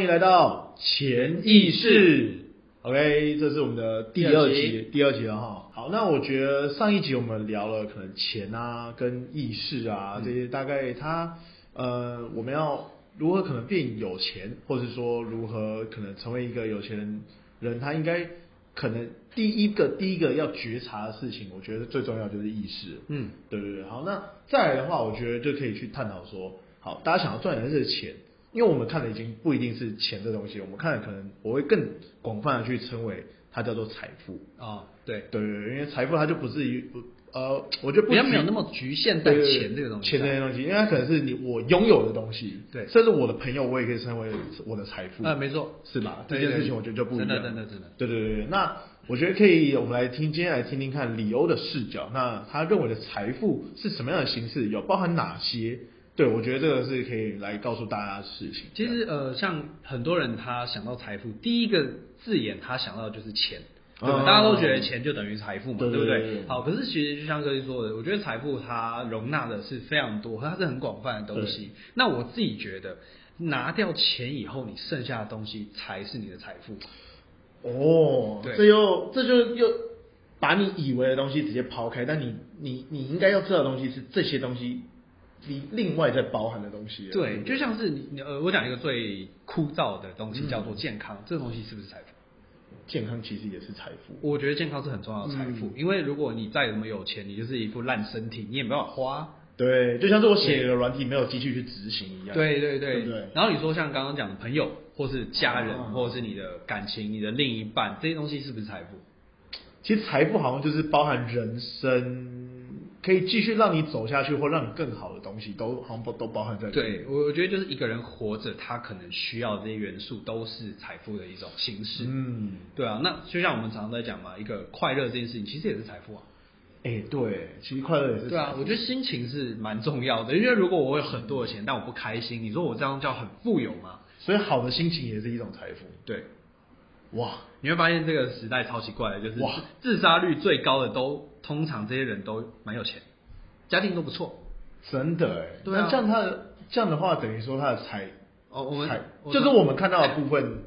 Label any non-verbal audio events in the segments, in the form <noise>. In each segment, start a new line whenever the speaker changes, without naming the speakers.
迎来到潜意识。OK，这是我们的第二集，第二集了哈。好，那我觉得上一集我们聊了可能钱啊、跟意识啊这些，大概它呃，我们要如何可能变有钱，或者说如何可能成为一个有钱人，人他应该可能第一个第一个要觉察的事情，我觉得最重要就是意识。
嗯，
对对对，好，那再来的话，我觉得就可以去探讨说，好，大家想要赚的是钱，因为我们看的已经不一定是钱这东西，我们看的可能我会更广泛的去称为它叫做财富。
哦，对，
对对对，因为财富它就不至于呃，我觉得不
比较
局
没有那么局限在
对对对
钱这个东西
钱
上
这些东西，因为它可能是你我拥有的东西，
对
甚至我的朋友我也可以称为我的财富。
啊，没错，
是吧？这
对
件
对
事情我觉得就不一样。
真的真的真的
对对对对，那我觉得可以，我们来听，今天来听听看李欧的视角。那他认为的财富是什么样的形式？有包含哪些？对，我觉得这个是可以来告诉大家的事情。
其实呃，像很多人他想到财富，第一个字眼他想到的就是钱。对吧
哦
大家都觉得钱就等于财富嘛，
对
对不
对对
对
对？
好，可是其实就像科技说的，我觉得财富它容纳的是非常多，它是很广泛的东西。那我自己觉得，拿掉钱以后，你剩下的东西才是你的财富。
哦，
对
这又这就又把你以为的东西直接抛开，但你你你应该要知道的东西是这些东西，你另外再包含的东西。
对，就像是你你呃，我讲一个最枯燥的东
嗯
西，叫做健康，这个东西是不是财富？
健康其实也是财富。
我觉得健康是很重要的财富，因为如果你再怎么有钱，你就是一副烂身体，你也没办法花。
对，就像是我写的软体没有机器去执行一样。
对对
对
对
不对
然后你说像刚刚讲的朋友，或是家人，
啊
或者是你的感情、你的另一半，这些东西是不是财富？
其实财富好像就是包含人生，可以继续让你走下去或让你更好的东西，都好像都都包含在里面。
对，我我觉得就是一个人活着，他可能需要这些元素，都是财富的一种形式。
嗯，
对啊，那就像我们常常在讲嘛，一个快乐这件事情，其实也是财富啊。
哎、对，其实快乐也是。
对啊，我觉得心情是蛮重要的，因为如果我有很多的钱，但我不开心，你说我这样叫很富有吗？
所以好的心情也是一种财富。
对，
哇，
你会发现这个时代超奇怪的，就是
哇
自杀率最高的都通常这些人都蛮有钱，家庭都不错。
真的哎。
对啊
那这样他的这样的话，等于说他的财，
哦，我们
财
我
就是我们看到的部分，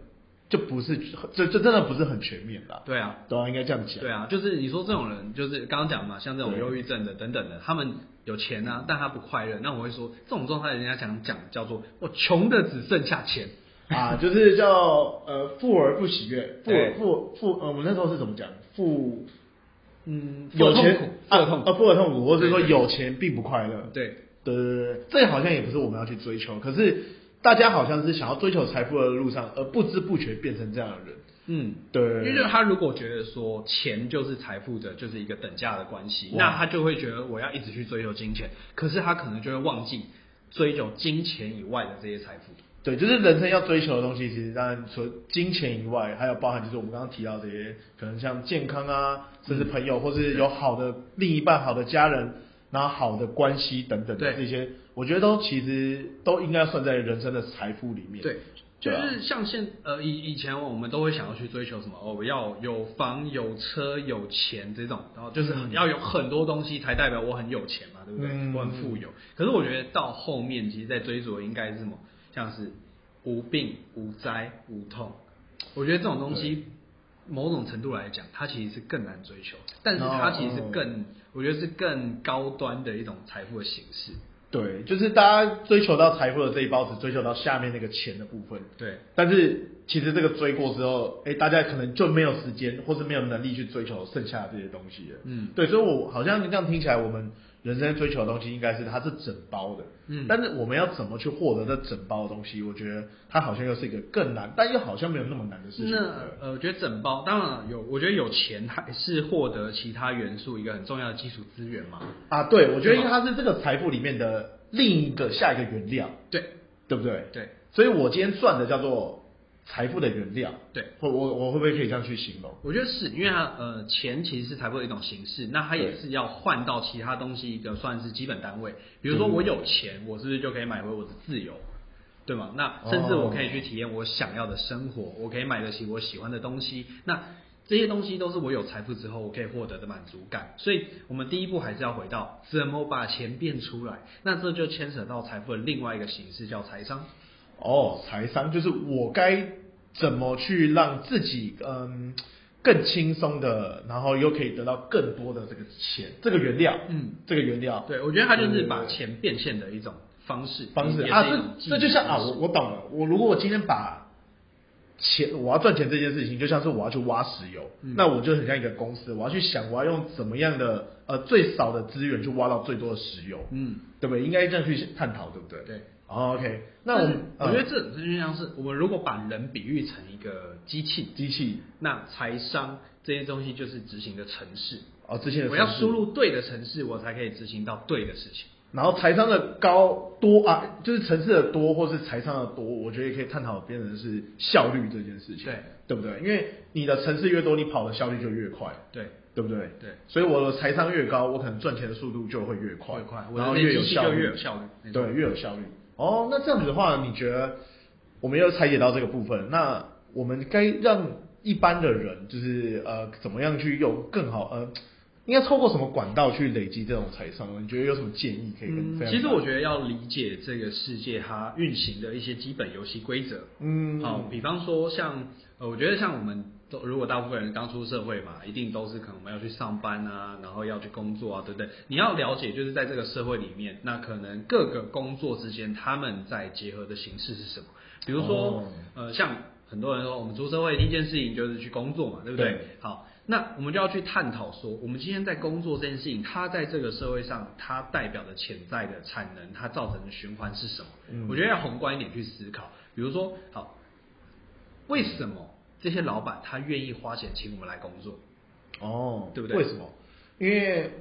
就不是，这这真的不是很全面啦。
对啊，
对啊，应该这样讲。
对啊，就是你说这种人，就是刚刚讲嘛，像这种
对
忧郁症的等等的，他们有钱啊，但他不快乐，那我会说这种状态，人家讲讲叫做我穷的只剩下钱。
啊，就是叫呃富而不喜悦，富
对
富富呃，我们那时候是怎么讲？富
嗯，
有
富而
钱
痛苦
啊
富而痛苦
啊，富而痛苦，或者
对
说
对
有钱并不快乐。
对，
对对对，对这好像也不是我们要去追求，可是大家好像是想要追求财富的路上，而不知不觉变成这样的人。
嗯，
对
因为就是他如果觉得说钱就是财富的，就是一个等价的关系，
哇
那他就会觉得我要一直去追求金钱，可是他可能就会忘记追求金钱以外的这些财富。
对，就是人生要追求的东西，其实当然除了金钱以外，还有包含就是我们刚刚提到这些，可能像健康啊，甚至朋
嗯
友，或是有好的另一半、好的家人，然后好的关系等等的
对
这些，我觉得都其实都应该算在人生的财富里面。
对，就
对啊
是像现呃以以前我们都会想要去追求什么哦，我要有房有车有钱这种，然后就是
嗯
要有很多东西才代表我很有钱嘛，对不对？
嗯
我很富有。可是我觉得到后面其实在追逐的应该是什么，像是无病无灾无痛。我觉得这种东西某种程度来讲，它其实是更难追求，但是它其实是
哦
更，我觉得是更高端的一种财富的形式。
对，就是大家追求到财富的这一包，只追求到下面那个钱的部分。
对，
但是其实这个追过之后，哎，大家可能就没有时间，或是没有能力去追求剩下的这些东西了。
嗯
对，所以我好像这样听起来，我们人生追求的东西应该是它是整包的。
嗯
但是我们要怎么去获得这整包的东西？我觉得它好像又是一个更难，但又好像没有那么难的事情。
那
对
呃，我觉得整包当然了有，我觉得有钱还是获得其他元素一个很重要的基础资源嘛。
啊，对，我觉得因为它是这个财富里面的另一个下一个原料，
对
对不对？
对
所以我今天赚的叫做财富的原料。
对，
会我我会不会可以这样去形容？
我觉得是因为它呃钱其实是财富的一种形式，那它也
对
是要换到其他东西一个算是基本单位。比如说
嗯
我有钱，我是不是就可以买回我的自由？对吗？那甚至
哦
我可以去体验我想要的生活，我可以买得起我喜欢的东西。那这些东西都是我有财富之后我可以获得的满足感。所以，我们第一步还是要回到怎么把钱变出来。那这就牵扯到财富的另外一个形式，叫财商。
哦，财商就是我该怎么去让自己嗯更轻松的，然后又可以得到更多的这个钱，这个原料，
嗯，
这个原料，
对，我觉得它就是
对
把
对对
钱变现的一种方式，
方式
也是
啊，
一种技
这
能
这就像啊，
方
我
式
我懂了，我如果我今天把钱，我要赚钱这件事情，就像是我要去挖石油，
嗯
那我就很像一个公司，我要去想我要用怎么样的呃最少的资源去挖到最多的石油，
嗯，
对不对？应该这样去探讨，对不对？
对。
哦，OK，那我
但是
们
我觉得
嗯
这种就像是我们如果把人比喻成一个机器，
机器
那财商这些东西就是执行的程式。
哦，之前的
我要
程式
输，入对的程式，我才可以执行到对的事情。
然后财商的高多啊，就是层次的多或是财商的多，我觉得也可以探讨变成是效率这件事情，
对
对不对？因为你的层次越多，你跑的效率就越快，
对
对不对？
对，
所以我的财商越高，我可能赚钱的速度就会越快，
越快我的
然后
那
越有
机器
效
就
率，
越有效率没错
对，越有效率。哦，那这样子的话，你觉得我们又拆解到这个部分，那我们该让一般的人，就是呃，怎么样去用更好呃，应该透过什么管道去累积这种财商呢？你觉得有什么建议可以跟
嗯
分享？
其实我觉得要理解这个世界它运行的一些基本游戏规则。
嗯
好，比方说像呃，我觉得像我们都如果大部分人刚出社会嘛，一定都是可能我们要去上班啊，然后要去工作啊，对不对？你要了解就是在这个社会里面，那可能各个工作之间他们在结合的形式是什么？比如说、
哦
呃，像很多人说我们出社会第一件事情就是去工作嘛，对不对？
对
好，那我们就要去探讨说，我们今天在工作这件事情，它在这个社会上它代表的潜在的产能，它造成的循环是什么？
嗯
我觉得要宏观一点去思考。比如说，好，为什么这些老板他愿意花钱请我们来工作？
哦，
对不对
为什么？因为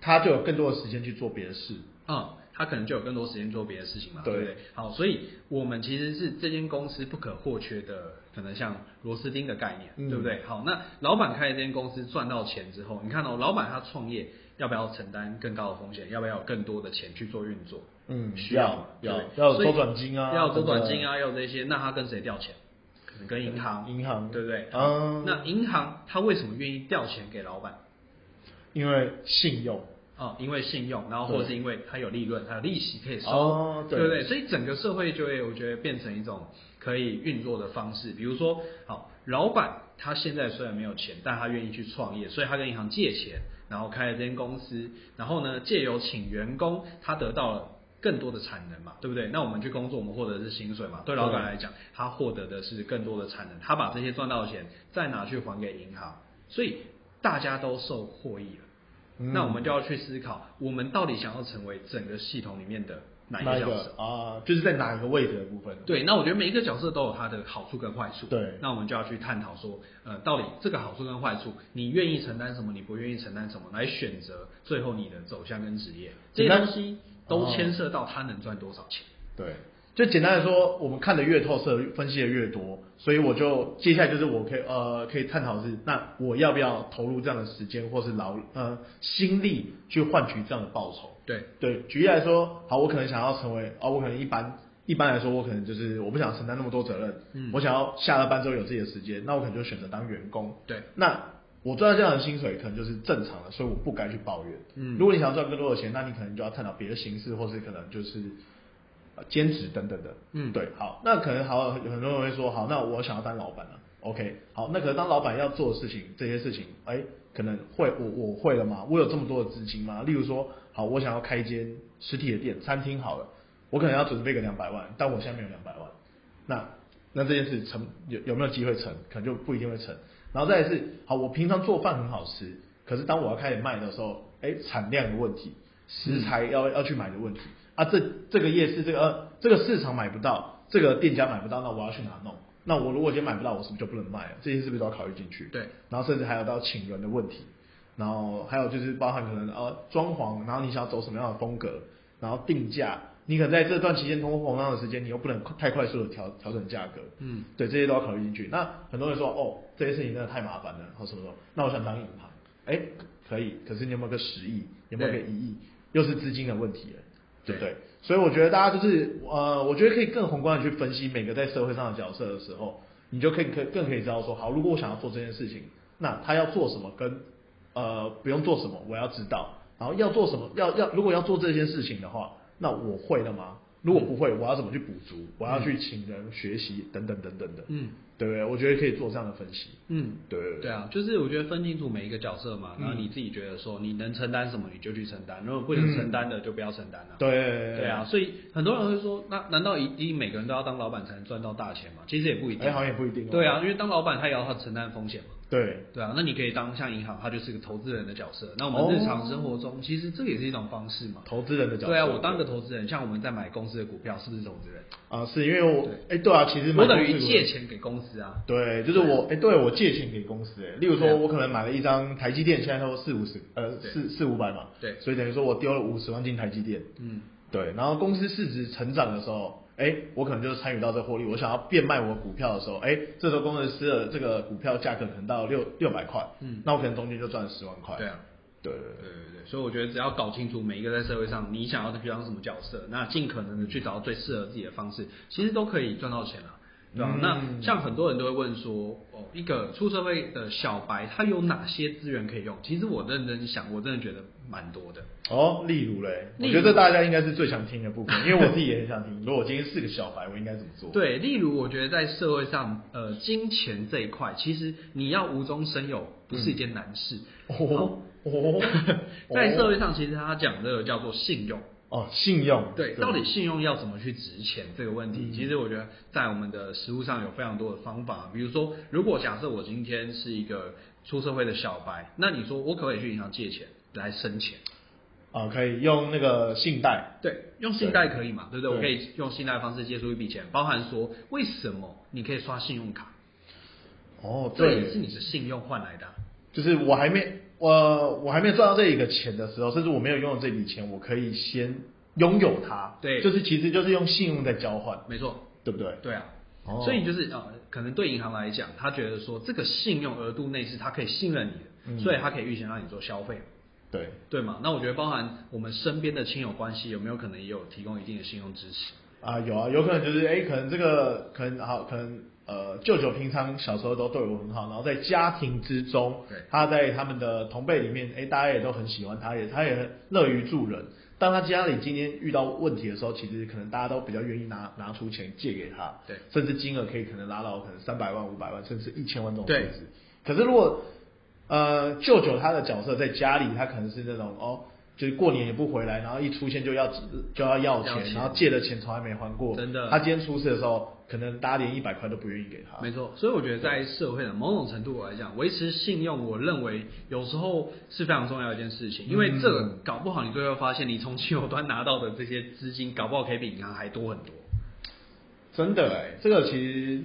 他就有更多的时间去做别的事。
嗯，他可能就有更多时间做别的事情嘛，
对
对不对？好，所以我们其实是这间公司不可或缺的，可能像螺丝钉的概念，
嗯
对不对？好，那老板开了这间公司赚到钱之后，你看哦，老板他创业要不要承担更高的风险？要不要有更多的钱去做运作？
嗯
需要嘛
要
对不对
要有
所以
周转金啊
要有周转金啊，要有这些，那他跟谁调钱？可能跟银行，
银行
对不对？
嗯
那银行他为什么愿意调钱给老板？
因为信用。
哦，因为信用，然后或者是因为它有利润，它有利息可以收，
哦对
对不对？所以整个社会就会，我觉得变成一种可以运作的方式。比如说，好，老板他现在虽然没有钱，但他愿意去创业，所以他跟银行借钱，然后开了这间公司，然后呢，借由请员工，他得到了。更多的产能嘛，对不对？那我们去工作，我们获得的是薪水嘛。对老板来讲，他获得的是更多的产能，他把这些赚到的钱再拿去还给银行，所以大家都受获益了。
嗯
那我们就要去思考，我们到底想要成为整个系统里面的哪一
哪
个
一
角
个
色？
啊？就是在哪一个位置的部分？
对，那我觉得每一个角色都有它的好处跟坏处。
对
那我们就要去探讨说，呃，到底这个好处跟坏处，你愿意承担什么，你不愿意承担什么，来选择最后你的走向跟职业，这些
简单哦
东西都牵涉到他能赚多少钱。
对，就简单的说，我们看的越透彻，分析的越多，所以我就接下来就是我可以呃可以探讨是，那我要不要投入这样的时间或是劳呃心力去换取这样的报酬？
对，
对，举例来说，好，我可能想要成为啊、我可能一般一般来说，我可能就是我不想承担那么多责任，
嗯
我想要下了班之后有自己的时间，那我可能就选择当员工。
对，
那我赚到这样的薪水可能就是正常的，所以我不该去抱怨。
嗯
如果你想要赚更多的钱，那你可能就要探讨别的形式，或是可能就是。呃兼职等等的，
嗯
对，好，那可能好，很多人会说，好，那我想要当老板了、OK，好，那可能当老板要做的事情，这些事情，哎、可能会我我会了吗？我有这么多的资金吗？例如说，好，我想要开一间实体的店，餐厅好了，我可能要准备个两百万，但我现在没有两百万，那那这件事成有有没有机会成，可能就不一定会成。然后再来是，好，我平常做饭很好吃，可是当我要开始卖的时候，哎，产量的问题，食材要、要去买的问题啊，这这个夜市这个、呃、这个市场买不到，这个店家买不到，那我要去哪弄？那我如果今天买不到，我是不是就不能卖了？这些是不是都要考虑进去？
对，
然后甚至还有到请人的问题，然后还有就是包含可能呃装潢，然后你想要走什么样的风格，然后定价，你可能在这段期间通货膨胀的时间，你又不能太快速的调调整价格，
嗯，
对，这些都要考虑进去。那很多人说哦，这些事情真的太麻烦了，或什么什么，那我想当银行，哎，可以，可是你有没有个十亿，有没有个
对
一亿，又是资金的问题了，对
对
不对？所以我觉得大家就是呃，我觉得可以更宏观的去分析每个在社会上的角色的时候，你就可以可更可以知道说，好，如果我想要做这件事情，那他要做什么跟呃不用做什么，我要知道，然后要做什么，要要如果要做这件事情的话，那我会了吗？如果不会，我要怎么去补足？我要去请人学习等等等等的，
嗯
对不对？我觉得可以做这样的分析。
嗯，
对对
对啊，就是我觉得分清楚每一个角色
嗯
嘛，然后你自己觉得说你能承担什么你就去承担，如果不能承担的就不要承担
嗯
啊。
对
对啊，，所以很多人会说，那难道一定每个人都要当老板才能赚到大钱吗？其实也不一定
哎，好。像也不一定哦。
对啊，因为当老板他也要他承担风险嘛。
对，
对啊，那你可以当像银行，他就是个投资人的角色。那我们日常生活中，其实这也是一种方式嘛。
哦投资人的角度。
对啊，我当个投资人，像我们在买公司的股票，是不是投资人？
啊，是因为我哎，对啊，其实
我
蛮多
等于
这个
借钱给公司啊。
对，就是我，哎、对我借钱给公司，哎，例如
对啊
说，我可能买了一张台积电，现在差不多四五十，呃，
对
四四五百嘛，
对
所以等于说我丢了五十万进台积电，
嗯，
对，然后公司市值成长的时候，哎、我可能就是参与到这获利，我想要变卖我股票的时候，哎、这时候工程师的这个股票价格可能到六六百块，
嗯
那我可能中间就赚了十万块，
对啊。
对，对
对对对，所以我觉得只要搞清楚每一个在社会上你想要去当什么角色，那尽可能的去找到最适合自己的方式，其实都可以赚到钱啊。对吧、
嗯
那像很多人都会问说，哦，一个出社会的小白，他有哪些资源可以用？其实我认真想，我真的觉得蛮多的。
对哦，例如嘞，我
例
觉
如
得大家应该是最想听的部分，因为我自己也很想听，如果我今天是个小白，我应该怎么做？，
对，例如我觉得在社会上，呃，金钱这一块，其实你要无中生有，不是一件难事。
哦，哦
在社
哦
会上，其实他讲的叫做信用。
哦，信用，
对，到底信用要怎么去值钱这个问题，
嗯
其实我觉得在我们的实务上有非常多的方法。比如说，如果假设我今天是一个出社会的小白，那你说我可不可以去银行借钱来生钱？
啊，可以用那个信贷，
对，用信贷可以嘛？对不对？
对
我可以用信贷方式借出一笔钱，包含说为什么你可以刷信用卡，
哦，
这
对
也，是你的信用换来的啊、
就是我还没我我还没有赚到这一个钱的时候，甚至我没有拥有这笔钱，我可以先拥有它，
对
就是其实就是用信用在交换，
没错，
对不对？
对啊。
哦
所以就是呃，可能对银行来讲，他觉得说这个信用额度内是他可以信任你的，
嗯
所以他可以预先让你做消费。
对，
对嘛？那我觉得包含我们身边的亲友关系，有没有可能也有提供一定的信用支持？
啊，有啊，有可能就是哎，可能这个可能好，可能呃，舅舅平常小时候都对我很好，然后在家庭之中，
对
他在他们的同辈里面，哎，大家也都很喜欢他，也他也乐于助人。当他家里今天遇到问题的时候，其实可能大家都比较愿意拿拿出钱借给他，
对，
甚至金额可以可能拉到可能三百万、五百万，甚至一千万这种数
对
字。可是如果呃，舅舅他的角色在家里，他可能是那种哦，就是过年也不回来，然后一出现就要就要要
要
钱，
钱
然后借的钱从来没还过。
真的
他今天出事的时候，可能大家连一百块都不愿意给他。
没错，所以我觉得在社会的某种程度来讲，维持信用，我认为有时候是非常重要的一件事情，因为这个
嗯
搞不好你最后发现，你从亲友端拿到的这些资金，搞不好可以比银行还多很多。
真的哎、这个其实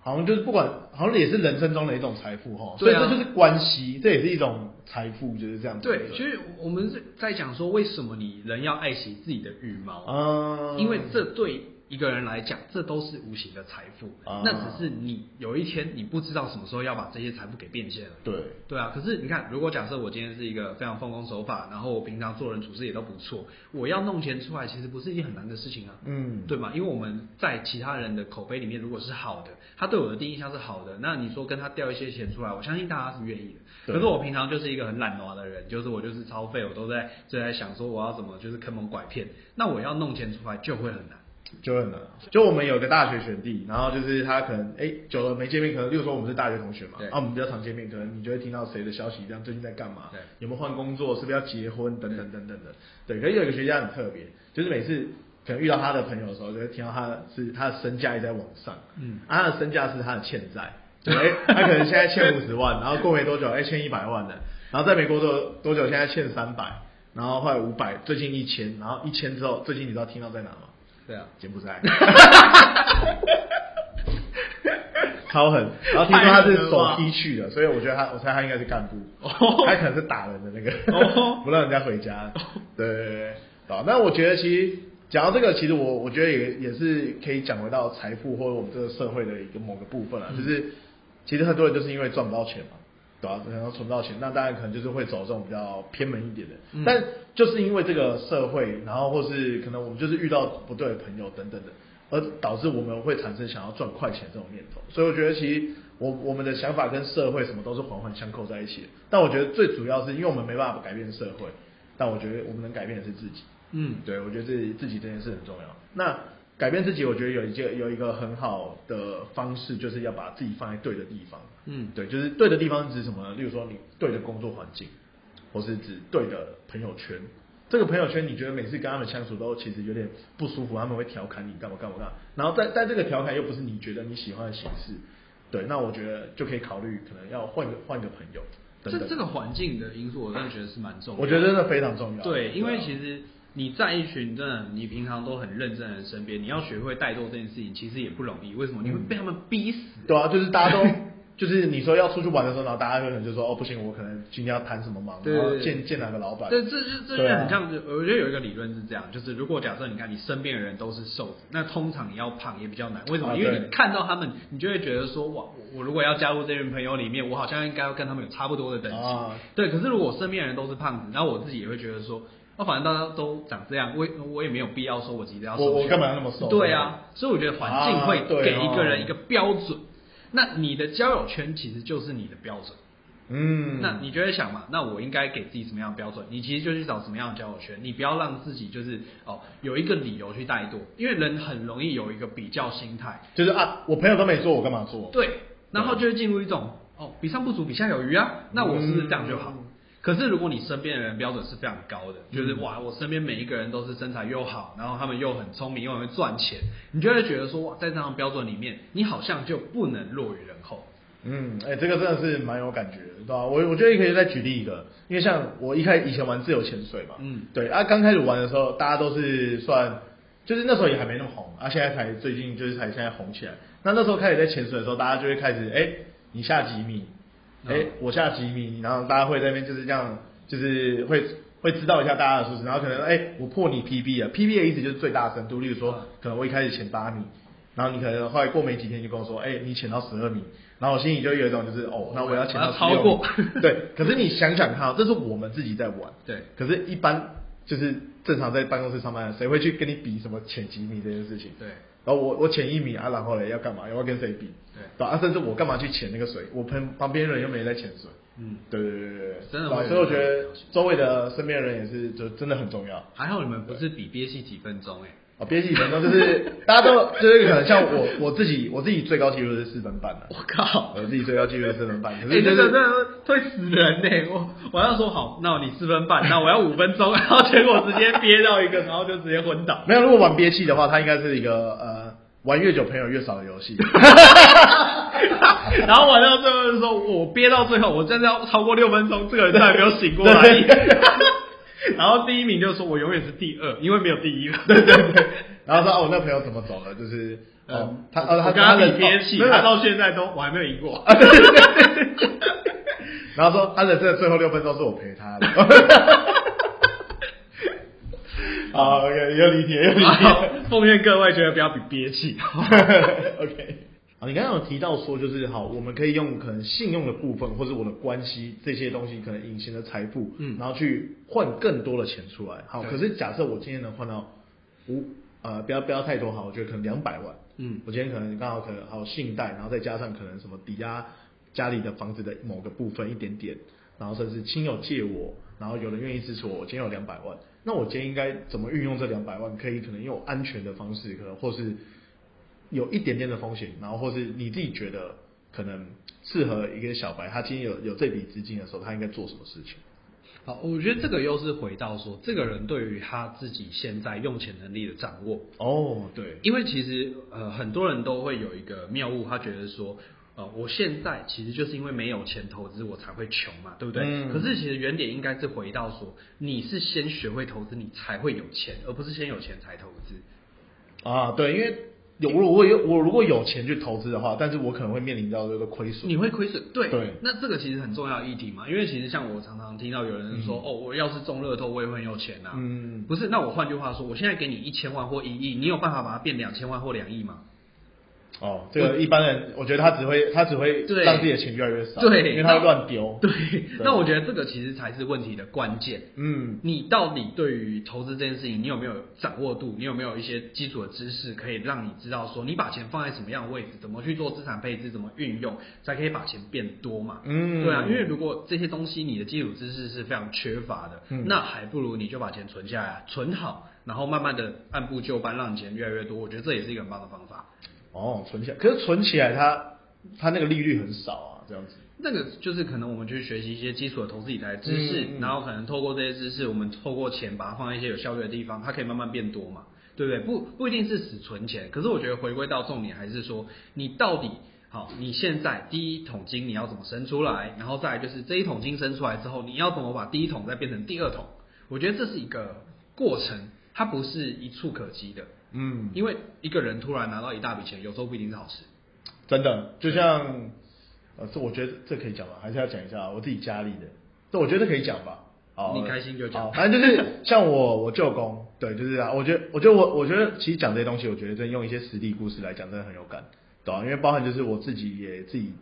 好像就是不管，好像也是人生中的一种财富哈。所以
对啊
这就是关系，这也是一种财富，就是这样子。
对，就是我们是在讲说，为什么你人要爱惜自己的羽毛？
嗯，
因为这对一个人来讲，这都是无形的财富，
啊
那只是你有一天你不知道什么时候要把这些财富给变现了。
对
对啊，可是你看，如果假设我今天是一个非常奉公守法，然后我平常做人处事也都不错，我要弄钱出来，其实不是一件很难的事情啊，
嗯
对吗？因为我们在其他人的口碑里面，如果是好的，他对我的第一印象是好的，那你说跟他调一些钱出来，我相信大家是愿意的。
对
可是我平常就是一个很懒惰的人，就是我就是超费，我都在就在想说我要怎么就是坑蒙拐骗，那我要弄钱出来就会很难。
就很难。就我们有个大学学弟，然后就是他可能哎、久了没见面，可能例如说我们是大学同学嘛，
对
啊我们比较常见面，可能你就会听到谁的消息，这样最近在干嘛
对，
有没有换工作，是不是要结婚等等等等的。对，可是有一个学家很特别，就是每次可能遇到他的朋友的时候，就会听到他的是他的身价一直在往上，
嗯
啊，他的身价是他的欠
<laughs>
债。对，哎他可能现在欠五十万，然后过没多久，哎、欠一百万了，然后在美国多多久，现在欠三百，然后后来五百，最近一千，然后一千之后，最近你知道听到在哪吗？
对啊，
柬埔
<laughs>
寨，超狠。然后听说他是手踢去的，所以我觉得他，我猜他应该是干部，
哦
他可能是打人的那个
哦，
<laughs> 不让人家回家。对对对对，好，那我觉得其实。讲到这个，其实我我觉得也也是可以讲回到财富或者我们这个社会的一个某个部分
嗯
啊，就是其实很多人就是因为赚不到钱嘛，对吧、然后存不到钱，那当然可能就是会走这种比较偏门一点的。
嗯
但就是因为这个社会，然后或是可能我们就是遇到不对的朋友等等的，而导致我们会产生想要赚快钱这种念头。所以我觉得其实我我们的想法跟社会什么都是环环相扣在一起的。但我觉得最主要是因为我们没办法改变社会，但我觉得我们能改变的是自己。
嗯，
对，我觉得自己自己这件事很重要。那改变自己，我觉得有一件有一个很好的方式，就是要把自己放在对的地方。
嗯
对，就是对的地方是指什么呢？例如说你对的工作环境，或是指对的朋友圈。这个朋友圈，你觉得每次跟他们相处都其实有点不舒服，他们会调侃你干嘛干嘛干嘛，然后但但这个调侃又不是你觉得你喜欢的形式，对，那我觉得就可以考虑可能要换个换个朋友等
这
等。
这个环境的因素，我真的觉得是蛮重要的。
我觉得真的非常重要。
对，因为
啊
其实你在一群真的你平常都很认真的人身边，你要学会带动这件事情，其实也不容易。为什么？你会被他们逼死。
对啊，就是大家都就是你说要出去玩的时候，然后大家可能就说哦不行，我可能今天要谈什么忙，
对
然后
对对
见见哪个老板。
这这这这就
对啊
很像，我觉得有一个理论是这样，就是如果假设你看你身边的人都是瘦子，那通常你要胖也比较难。为什么？
啊
因为
对
你看到他们，你就会觉得说，哇，我我如果要加入这群朋友里面，我好像应该要跟他们有差不多的等级。
啊
对，可是如果我身边的人都是胖子，然后我自己也会觉得说，哦，反正大家都长这样，我也我也没有必要说我急着要瘦
我我
下来
干嘛要那么瘦
对啊，所以我觉得环境
啊
会
对
给一个人
哦
一个标准。那你的交友圈其实就是你的标准。
嗯，
那你就会想嘛，那我应该给自己什么样的标准？你其实就去找什么样的交友圈，你不要让自己就是哦有一个理由去怠惰，因为人很容易有一个比较心态，
就是啊，我朋友都没做，我干嘛做？
对，然后就会进入一种哦比上不足，比下有余啊，那我是不是这样就好？
嗯
可是如果你身边的人标准是非常高的，就是哇，我身边每一个人都是身材又好，然后他们又很聪明，又很会赚钱，你就会觉得说哇，在这样的标准里面，你好像就不能落于人后。
嗯，哎、这个真的是蛮有感觉的，对吧、我我觉得也可以再举例一个，因为像我一开以前玩自由潜水嘛，
嗯
对啊，刚开始玩的时候，大家都是算，就是那时候也还没那么红，啊，现在才最近就是才现在红起来。那那时候开始在潜水的时候，大家就会开始，哎、你下几米，哎、
嗯
我下几米，然后大家会在那边就是这样，就是会会知道一下大家的数值，然后可能哎、我破你 PB 了，PB 的意思就是最大深度，例如说
嗯
可能我一开始潜八米。然后你可能后来过没几天就跟我说，哎、你潜到十二米，然后我心里就有一种就是，哦，那我要潜到
我要超过
16米 <laughs> 对，可是你想想看啊，这是我们自己在玩，
对，
可是，一般就是正常在办公室上班的，谁会去跟你比什么潜几米这件事情？
对
然后我我潜一米啊，然后嘞要干嘛？要不要跟谁比？吧？
对
啊，甚至我干嘛去潜那个水？我旁旁边人又没在潜水。
嗯，
对对对对对，
真的
对吧
会
所以我觉得周围的身边的人也是，就真的很重要。
还好你们不是比憋气几分钟哎、
啊，憋气分钟就是 <laughs> 大家都就是可能像我我自己我自己最高纪录是四分半的、
我靠！
我自己最高纪录是四分半，可
哎、
是就
这
是
个真的会死人呢、我我要说好，那你四分半，那我要五分钟， <laughs> 然后结果直接憋到一个，然后就直接昏倒。
没有，如果玩憋气的话，它应该是一个呃玩越久朋友越少的游
<laughs>
戏。
然后玩到最后就说，我憋到最后，我真的要超过六分钟，这个人都还没有醒过来
对对。
<laughs> 然后第一名就说，我永远是第二，因为没有第一嗯个。
对对对。然后说哦，我那朋友怎么走了？就是哦
嗯，，
他哦他
我跟他
人
比憋气，
哦没有没
他
有
到现在都我还没有
<laughs>
赢过。 <laughs>
然后说他人生的最后六分钟是我陪 <laughs> 他的。好，OK，有理解，有理
然后
解。
奉劝各位，绝对不要比憋气。
<laughs> OK。好，你刚刚有提到说，就是好，我们可以用可能信用的部分，或者我的关系这些东西，可能隐形的财富，
嗯
然后去换更多的钱出来。好，
对
可是假设我今天能换到五，呃，不要不要太多，好，我觉得可能两百万，
嗯
我今天可能刚好可能还有信贷，然后再加上可能什么抵押家里的房子的某个部分一点点，然后甚至亲友借我，然后有人愿意支持我，我今天有两百万，那我今天应该怎么运用这两百万？可以可能用安全的方式，可能或是有一点点的风险，然后或是你自己觉得可能适合一个小白，他今天有有这笔资金的时候，他应该做什么事情？
好，我觉得这个又是回到说，这个人对于他自己现在用钱能力的掌握，
哦，对，
因为其实呃很多人都会有一个谬误，他觉得说。呃，我现在其实就是因为没有钱投资，我才会穷嘛，对不对？
嗯
可是其实原点应该是回到说，你是先学会投资，你才会有钱，而不是先有钱才投资。
啊，对，因为有如果有我如果有钱去投资的话，但是我可能会面临到这个亏损。
你会亏损，对，
对
那这个其实很重要的议题嘛，因为其实像我常常听到有人说，哦，我要是中乐透，我也会很有钱呐、啊
嗯
不是，那我换句话说，我现在给你一千万或一亿，你有办法把它变两千万或两亿吗？
哦，这个一般人，我觉得他只会他只会
对
让自己的钱越来越少，
对
因为他会乱丢。
对，那我觉得这个其实才是问题的关键。
嗯，
你到底对于投资这件事情，你有没有掌握度？你有没有一些基础的知识，可以让你知道说，你把钱放在什么样的位置，怎么去做资产配置，怎么运用，才可以把钱变多嘛？
嗯
对啊，因为如果这些东西你的基础知识是非常缺乏的，
嗯
那还不如你就把钱存下来，存好，然后慢慢的按部就班，让你钱越来越多。我觉得这也是一个很棒的方法。
哦，存起来，可是存起来它它那个利率很少啊，这样子。
那个就是可能我们去学习一些基础的投资理财知识，
嗯嗯
然后可能透过这些知识，我们透过钱把它放在一些有效率的地方，它可以慢慢变多嘛，对不对？不不一定是只存钱，可是我觉得回归到重点还是说，你到底好，你现在第一桶金你要怎么生出来，然后再来就是这一桶金生出来之后，你要怎么把第一桶再变成第二桶？我觉得这是一个过程，它不是一触可及的，
嗯，
因为一个人突然拿到一大笔钱，有时候不一定是好事。
真的，就像呃，这我觉得这可以讲吧，还是要讲一下啊我自己家里的。这我觉得可以讲吧。哦，
你开心就讲
好反正就是像我我舅公，对，就是啊，我觉得我觉得我我觉得其实讲这些东西，我觉得真的用一些实例故事来讲，真的很有感，懂、啊？因为包含就是我自己也自己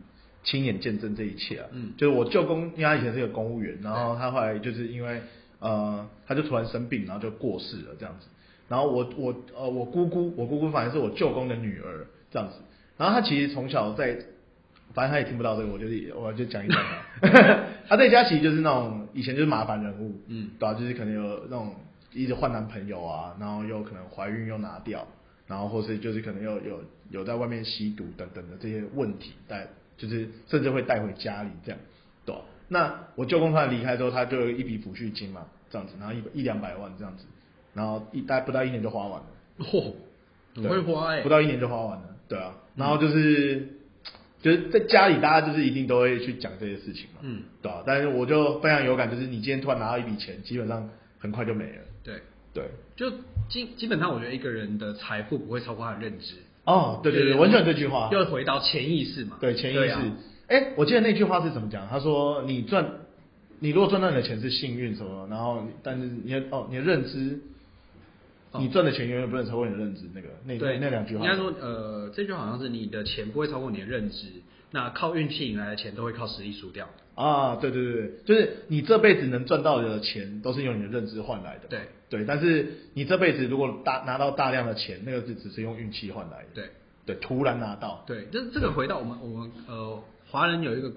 亲眼见证这一切啊。
嗯
就是我舅公，因为他以前是个公务员，然后他后来就是因为呃，他就突然生病，然后就过世了这样子。然后我我呃我姑姑，我姑姑反正是我舅公的女儿这样子。然后她其实从小在，反正她也听不到这个，我就是我就讲一讲她。 <laughs> 她在家其实就是那种以前就是麻烦人物，
嗯
对啊，就是可能有那种一直换男朋友啊，然后又可能怀孕又拿掉，然后或是就是可能又有有在外面吸毒等等的这些问题带，就是甚至会带回家里这样，对啊、那我舅公他离开之后，他就有一笔抚恤金嘛，这样子，然后一一两百万这样子，然后一大概不到一年就花完了。
嚯、很
对
会花哎、
不到一年就花完了，对啊。然后就是、就是在家里，大家就是一定都会去讲这些事情嘛，
嗯，
对啊。但是我就非常有感，就是你今天突然拿到一笔钱，基本上很快就没了，
对。
对。
就基基本上，我觉得一个人的财富不会超过他的认知。
哦，对对对，我很喜欢这句话，
又回到潜意识嘛。
对潜意识
啊。
哎、我记得那句话是怎么讲？他说你赚，你如果赚到你的钱是幸运什么，然后但是你的哦，你的认知。
哦
你赚的钱远远不能超过你的认知，那个那
对
那那两句话。
应该说，呃，这句好像是你的钱不会超过你的认知，那靠运气赢来的钱都会靠实力输掉。
啊，对对对，就是你这辈子能赚到的钱，都是用你的认知换来的。
对
对，但是你这辈子如果大拿到大量的钱，那个是只是用运气换来的。
对
对，突然拿到。
对，这这个回到我们我们呃华人有一个。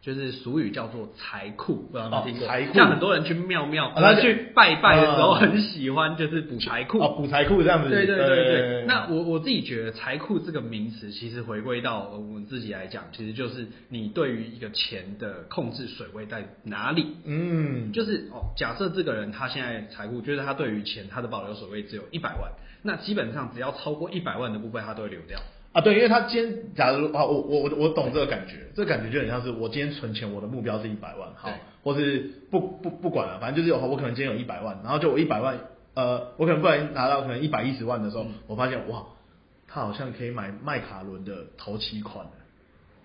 就是俗语叫做财库，不知道有没有
哦
听过？
财库
像很多人去庙庙，
啊他去
拜拜的时候，
嗯
很喜欢就是补财库。
哦，补财库这样子。
对对
对
对对。那我我自己觉得“财库”这个名词，其实回归到我们自己来讲，其实就是你对于一个钱的控制水位在哪里。
嗯，
就是哦，假设这个人他现在财库，就是他对于钱他的保留水位只有一百万，那基本上只要超过一百万的部分，他都会流掉。
啊，对，因为他今天假如啊，我我我我懂这个感觉，这个感觉就很像是我今天存钱，我的目标是一百万，好
对，
或是不不不管了，反正就是哦我可能今天有一百万，然后就我一百万，呃，我可能不小心拿到可能一百一十万的时
嗯
候，我发现哇，他好像可以买迈卡伦的头期款了，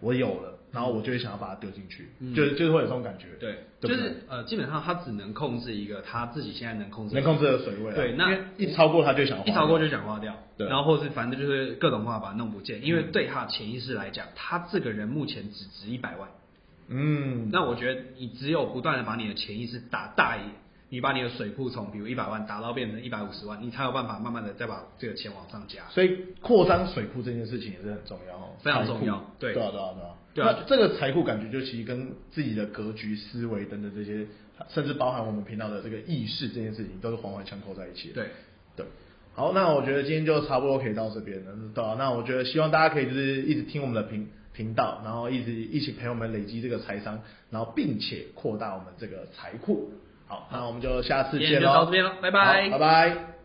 我有了，然后我就会想要把它丢进去，
嗯
就是就是会有这种感觉，
对，
对不
就
对
是呃，基本上他只能控制一个他自己现在能控制
能控制的水位啊，
对那
因为一超过他就想要花
一超过就想花掉，
对嗯
然后或是反正就是各种方法把它弄不见，因为对他的潜意识来讲，他这个人目前只值一百万，
嗯，
那我觉得你只有不断的把你的潜意识打大一点，你把你的水库从比如一百万打到变成一百五十万，你才有办法慢慢的再把这个钱往上加。
所以扩张水库这件事情也是很重要哦，
非常
财库
重要对
对啊，对啊，对啊。
对啊
那这个财库感觉就其实跟自己的格局、思维等等这些，甚至包含我们频道的这个意识这件事情，都是环环相扣在一起的。
对，
对。好，那我觉得今天就差不多可以到这边了，对啊，那我觉得希望大家可以就是一直听我们的频频道，然后一直一起陪我们累积这个财商，然后并且扩大我们这个财库。好，那我们就下次
今
见
天
喽。
就到这边了拜拜
好拜拜。